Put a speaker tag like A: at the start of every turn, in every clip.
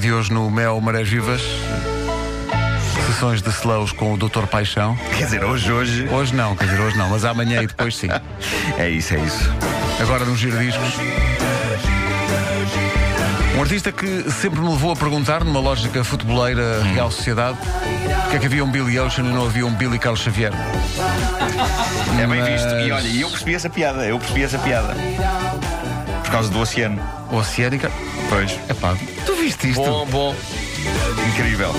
A: de hoje no Mel Marés Vivas. Sessões de slows com o Dr. Paixão.
B: Quer dizer, hoje, hoje.
A: Hoje não, quer dizer, hoje não, mas amanhã e depois sim.
B: É isso, é isso.
A: Agora nos giradiscos. Um artista que sempre me levou a perguntar, numa lógica futeboleira
B: Hum.
A: Real Sociedade, porque é que havia um Billy Ocean e não havia um Billy Carlos Xavier.
B: É bem
A: Mas-
B: visto. E olha, eu percebi essa piada, eu percebi essa piada. Por causa do oceano.
A: Oceânica.
B: Pois.
A: Epá, tu viste isto?
C: Bom, bom.
B: Incrível.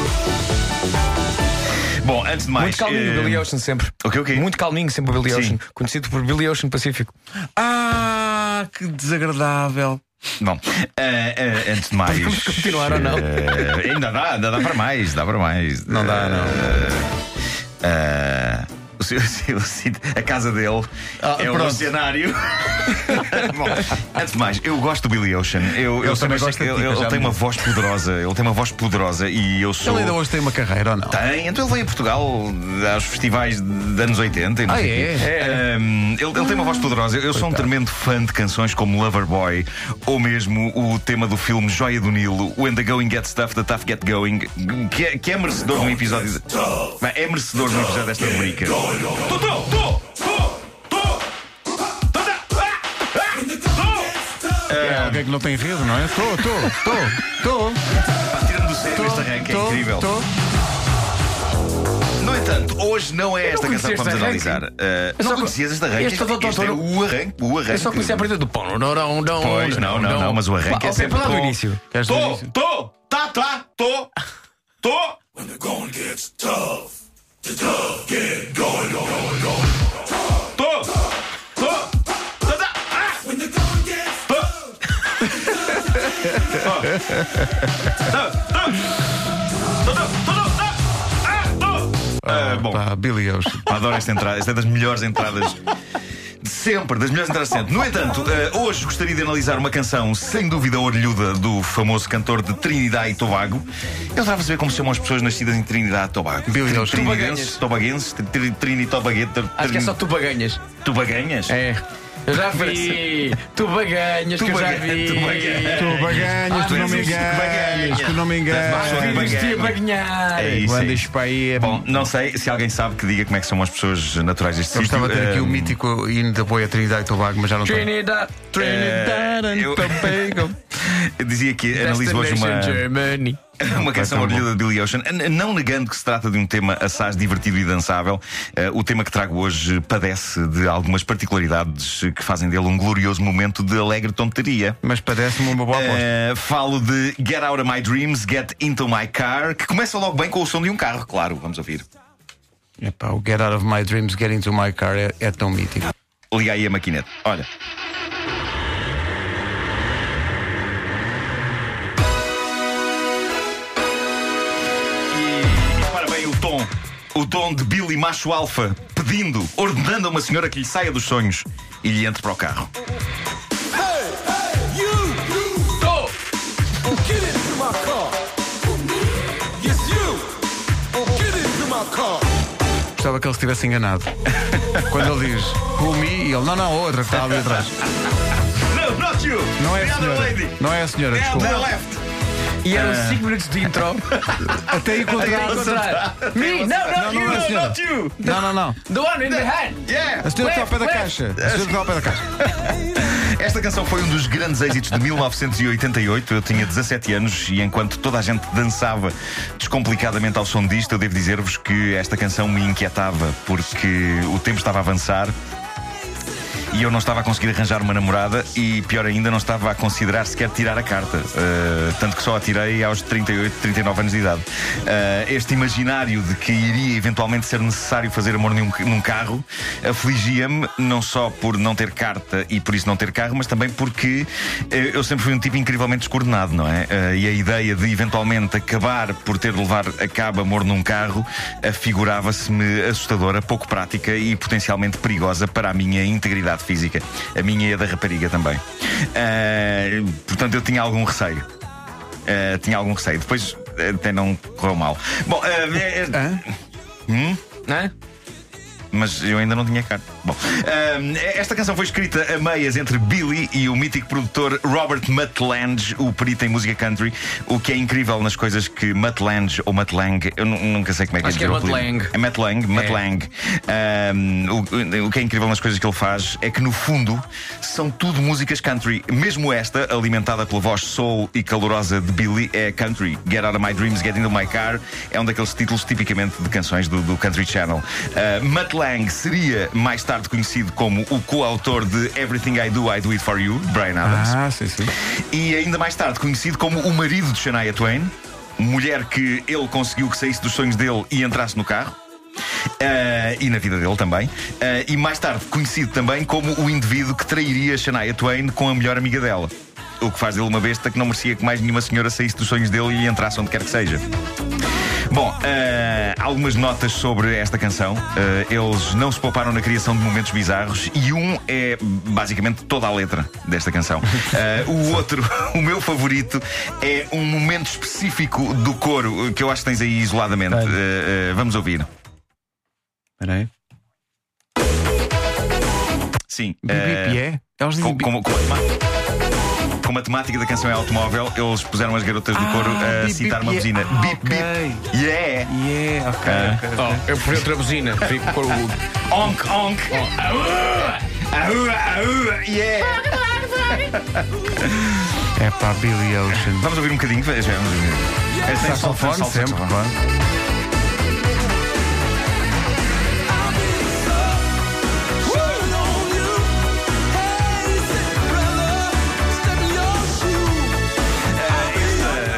B: Bom, antes de mais.
C: Muito calminho,
B: eh,
C: o Billy Ocean sempre.
B: O quê, o quê?
C: Muito calminho sempre o Billy
B: Sim.
C: Ocean. Conhecido por Billy Ocean Pacífico.
A: Ah, que desagradável.
B: Bom, eh, eh, antes de mais.
C: Vamos continuar ou não?
B: eh, ainda dá, ainda dá para mais, dá para mais.
A: Não dá, não.
B: Eh, eh, o seu- o seu sítio- a casa dele
A: Ah,
B: é
A: pronto.
B: um cenário. Bom, antes de mais, eu gosto do Billy Ocean. Eu, eu,
A: também
B: sempre achei
A: gosto
B: que
A: de ti,
B: ele,
A: mas já
B: ele tem
A: me-
B: uma voz poderosa. Ele tem uma voz poderosa e eu sou.
A: Ele é ainda hoje tem uma carreira ou não?
B: Tem, então ele veio a Portugal aos festivais de anos 80 e não
A: Ah,
B: sei
A: é?
B: o quê. Um, ele, ele tem uma voz poderosa. Eu sou um tremendo fã de canções como Loverboy ou mesmo o tema do filme Joia do Nilo, When the Going Gets Stuff, The Tough Get Going, que é, que é merecedor de um episódio. de- Bem, É merecedor de um episódio desta rubrica.
A: É alguém que não tem rede, não é? Tô, tô, tô,
B: Pá, Tirando do sério este arranque, é incrível. No entanto, hoje não é esta canção
C: conhecia
B: que vamos
C: este arranque.
B: analisar. Uh,
C: Eu
B: não
C: só-
B: conhecias este arranque?
C: Este do
B: Este é
C: Doutor-
B: o arranque. O arranque.
C: Eu É só comecei a aprender do pão. Não, não, não.
B: Pois, não, não, não, mas o arranque é
C: Pá,
B: sempre
C: Para lá do
B: bom.
C: início.
A: Queres dizer
B: Tô,
A: isso?
B: tô, tá, tá, tô, tô. Tô, tô, tá, tá, ah. Tô. Tô, tô, tô, tô, tô, tô, tá, ah, tô. Ah, bom,
A: Pá, Billy Ocean.
B: adoro esta entrada, esta é das melhores entradas. de Sempre, das melhores entradas de sempre. No entanto, eh, hoje gostaria de analisar uma canção, sem dúvida orelhuda, do famoso cantor de Trinidad e Tobago. Eu estava a saber como se chamam as pessoas nascidas em Trinidad e Tobago.
A: Billy
B: Tri-
A: Ocean.
B: Trinidenses, Tobaguenses, tri- tri- Trini Tobagueta.
C: Acho que é só tu baganhas.
B: Tubaganhas?
C: É. Eu já vi. tu baganhas, que eu já vi.
B: Tubaganhas.
A: Tu baganhas,
C: Ah,
A: tu não
C: mas
A: me
C: isso que
A: enganas,
B: baganha.
A: tu não me
B: Mas
A: enganas.
B: só que baganha.
C: Vestia baganhar.
B: É isso. é
A: Quando
B: isso.
A: isto para aí é
B: Bom, não sei se alguém sabe que diga como é que são as pessoas naturais deste
A: Eu
B: sítio. Ehm,
A: gostava de ter aqui o
C: um
B: Ahm,
A: mítico hino de apoio a Trinidad e Tobago, mas já não tenho.
C: Trinidad, Trinidad and
B: eu-
C: Tobago.
B: Eu dizia que analiso hoje uma,
C: Destination Germany.
B: uma canção
A: tão bom.
B: orgulhosa de Billy Ocean. N- Não negando que se trata de um tema assaz divertido e dançável, eh, o tema que trago hoje padece de algumas particularidades que fazem dele um glorioso momento de alegre tonteria.
A: Mas parece-me uma boa aposta.
B: Eh, falo de Get Out of My Dreams, Get Into My Car, que começa logo bem com o som de um carro, claro, vamos ouvir.
A: Epá, o Get Out of My Dreams, Get Into My Car é, é tão mítico.
B: Liga aí a maquineta. Olha. E repara bem o tom. O tom de Billy Macho Alfa pedindo, ordenando a uma senhora que lhe saia dos sonhos e lhe entre para o carro.
A: Gostava que ele estivesse enganado. Quando ele diz Who me, e ele, não, não, outra que está ali atrás.
B: No, not you!
A: Não é a
B: The other
A: senhora.
B: lady!
A: Não é a senhora,
B: The
A: desculpa.
B: other left!
C: E eram 5 minutos de intro.
A: Até encontrar.
C: Ah. encontrar. Me,
A: Não,
C: não,
A: não,
C: não,
A: não,
C: you.
A: senhora.
B: Not you!
A: Não, não, não.
C: The one in the hand.
B: Yeah!
A: A senhora está ao pé da
C: Left,
A: caixa. A senhora está ao pé da caixa.
B: Esta canção foi um dos grandes êxitos de 1988. Eu tinha 17 anos e enquanto toda a gente dançava descomplicadamente ao som disto, eu devo dizer-vos que esta canção me inquietava porque o tempo estava a avançar. E eu não estava a conseguir arranjar uma namorada e, pior ainda, não estava a considerar sequer tirar a carta. Uh, tanto que só a tirei aos 38, 39 anos de idade. Uh, este imaginário de que iria eventualmente ser necessário fazer amor num, num carro afligia-me não só por não ter carta e por isso não ter carro, mas também porque uh, eu sempre fui um tipo incrivelmente descoordenado, não é? Uh, e a ideia de eventualmente acabar por ter de levar a cabo amor num carro afigurava-se-me assustadora, pouco prática e potencialmente perigosa para a minha integridade física, a minha e a da rapariga também. Ah, portanto, eu tinha algum receio. Ah, tinha algum receio. Depois eh, até não correu mal. Bom, ah, é- é-
A: Hã?
C: Não é?
B: mas eu ainda não tinha carta. Bom, ahm, esta canção foi escrita a meias entre Billy e o mítico produtor Robert Mutlange, o perito em música country, o que é incrível nas coisas que Mutlange ou Mutlang, eu nu- nunca sei como é que
C: Acho
B: é
C: que é
B: dizer o apelido.
C: Mutlang.
B: É Mutlang, Mutlang. Ahm, o, o que é incrível nas coisas que ele faz é que, no fundo, são tudo músicas country. Mesmo esta, alimentada pela voz soul e calorosa de Billy, é country. Get Out of My Dreams, Get Into My Car é um daqueles títulos tipicamente de canções do, do Country Channel. Ah, Matt Lang seria mais tarde conhecido como o co-autor de Everything I Do, I Do It For You, de Brian Adams
A: Ah, sim, sim.
B: e ainda mais tarde conhecido como o marido de Shania Twain, mulher que ele conseguiu que saísse dos sonhos dele e entrasse no carro. ah, e na vida dele também. Ah, e mais tarde conhecido também como o indivíduo que trairia Shania Twain com a melhor amiga dela. O que faz dele uma besta que não merecia que mais nenhuma senhora saísse dos sonhos dele e entrasse onde quer que seja. Bom, eh, algumas notas sobre esta canção. Eh, eles não se pouparam na criação de momentos bizarros e um é basicamente toda a letra desta canção. Eh, o outro, o meu favorito, é um momento específico do coro eh, que eu acho que tens aí isoladamente.
A: Tenho.
B: Eh, eh, vamos ouvir.
A: Espera aí.
B: Sim. eh,
A: BBPE? Eles
B: com,
A: dizem.
B: com- com a temática. Como a temática da canção é automóvel, eles puseram as garotas
A: Ah,
B: do coro a
A: bip,
B: citar
A: bip, yeah.
B: uma buzina.
A: Ah,
B: Bip, bip.
A: ok.
B: Yeah!
A: Yeah, ok.
B: Ah.
A: ok, ok.
C: Oh, eu por outra buzina. Fico com o.
B: Onk, onk!
A: Oh.
B: Aú, aú, yeah!
A: É para Billy Ocean.
B: Vamos ouvir um bocadinho? Veja, Vamos ouvir. É sem
A: Saxofone
B: sol- sem
A: sempre,
B: saxofone.
A: claro.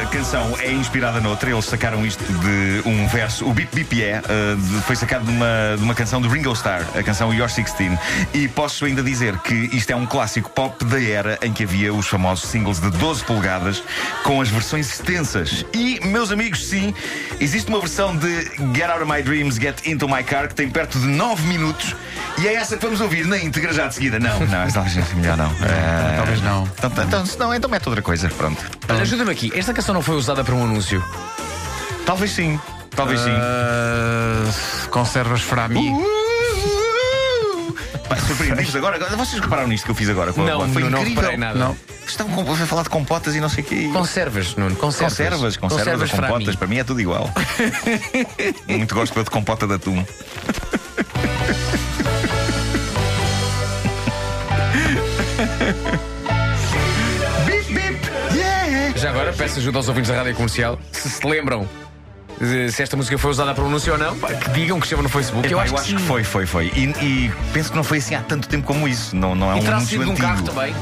B: A canção é inspirada noutra. Eles sacaram isto de um verso. O Bip Bip É eh, de- foi sacado de uma, de uma canção do Ringo Starr, a canção Your 16. E posso ainda dizer que isto é um clássico pop da era em que havia os famosos singles de 12 polegadas com as versões extensas. E, meus amigos, sim, existe uma versão de Get Out of My Dreams, Get Into My Car que tem perto de 9 minutos. E é essa que vamos ouvir na íntegra já de seguida. Não, não, essa é melhor não. Eh,
A: Talvez não.
B: Então, então, se não, então mete outra coisa, pronto.
C: Olha, ajuda-me aqui. Esta canção não foi usada para um anúncio.
B: Talvez sim. Talvez sim.
A: Ah, conservas Frami.
C: Uh!
B: Pá, Surpreendi-vos agora. Agora, Vocês repararam nisto que eu fiz agora? com a-
C: Não,
B: foi
C: não, não
B: incrível.
C: reparei nada.
A: Não.
B: Estavam com, a falar de compotas e não sei o quê.
C: Conservas, Nuno, conservas.
B: Conservas, conservas, ou
C: para
B: compotas,
C: mim.
B: para mim é tudo igual. Muito gosto eu de compota de atum. bip, bip, yeah!
C: Já agora peço ajuda aos ouvintes da rádio comercial. Se se lembram de se esta música foi usada para um anúncio ou não, pá, que digam que escrevam no Facebook.
B: Epá,
C: eu acho que, sim.
B: foi, foi, foi. E, e penso que não foi assim há tanto tempo como isso. Não, não é um
C: E terá
B: anúncio
C: sido de um
B: antigo.
C: carro também.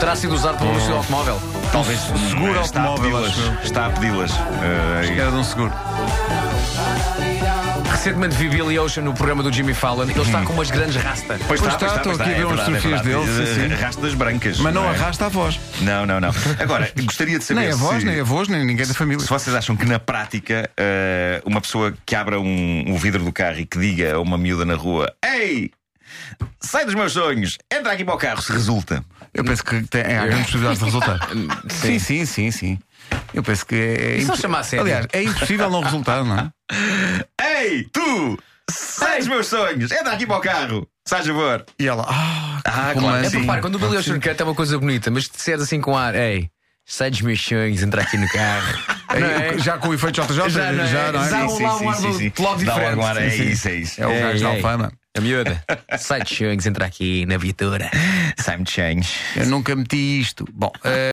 C: Terá sido usado para um anúncio de automóvel.
B: Talvez
A: seguro
B: está a
A: automóvel,
B: pedi-las.
A: acho
B: Está a pedi-las. Eh,
A: Era de um seguro.
C: Recentemente vi Billy Ocean no programa do Jimmy Fallon. Ele
B: Uhum.
C: está com umas grandes rastas.
B: Pois
A: Pois está, estou aqui a ver
B: é
A: umas
B: verdade,
A: fotografias
B: é verdade.
A: dele, sim,
B: Eh, Rastas brancas.
A: Mas não
B: é?
A: arrasta a voz.
B: Não, não, não. Agora, gostaria de saber
A: Nem a voz,
B: se...
A: nem é a voz, nem ninguém da família.
B: Se vocês acham que na prática eh, uma pessoa que abra um, um vidro do carro e que diga a uma miúda na rua: Ei, sai dos meus sonhos, entra aqui para o carro, se resulta.
A: Eu penso que tem, é, há grandes possibilidades de resultar. sim, sim, sim, sim. Eu penso que é. é
C: E só
A: impo-
C: chamar a sério?
A: Aliás, é impossível não resultar, não é?
B: Ei, tu, sai dos meus sonhos, entra aqui para o carro, sai favor.
A: E ela. Ah,
B: Ah,
A: que
B: claro,
A: romance.
C: É
B: sim.
C: para quando o Billy Ocean canta é uma coisa bonita, mas se disseres assim com ar, ei, sai dos meus sonhos, entra aqui no carro. Não é?
A: Já com o efeito JJ, já,
C: não é?
A: não é?
C: Dá um- lá ar do- de logo
B: Dá
C: diferente.
B: um ar, é
C: Sim, sim.
B: isso, é isso.
A: É o
C: Ei,
A: gajo da
C: ei.
A: Alfama.
C: A miúda, sai dos sonhos, entra aqui na viatura.
B: Sam Change.
A: Eu nunca meti isto. Bom, eh,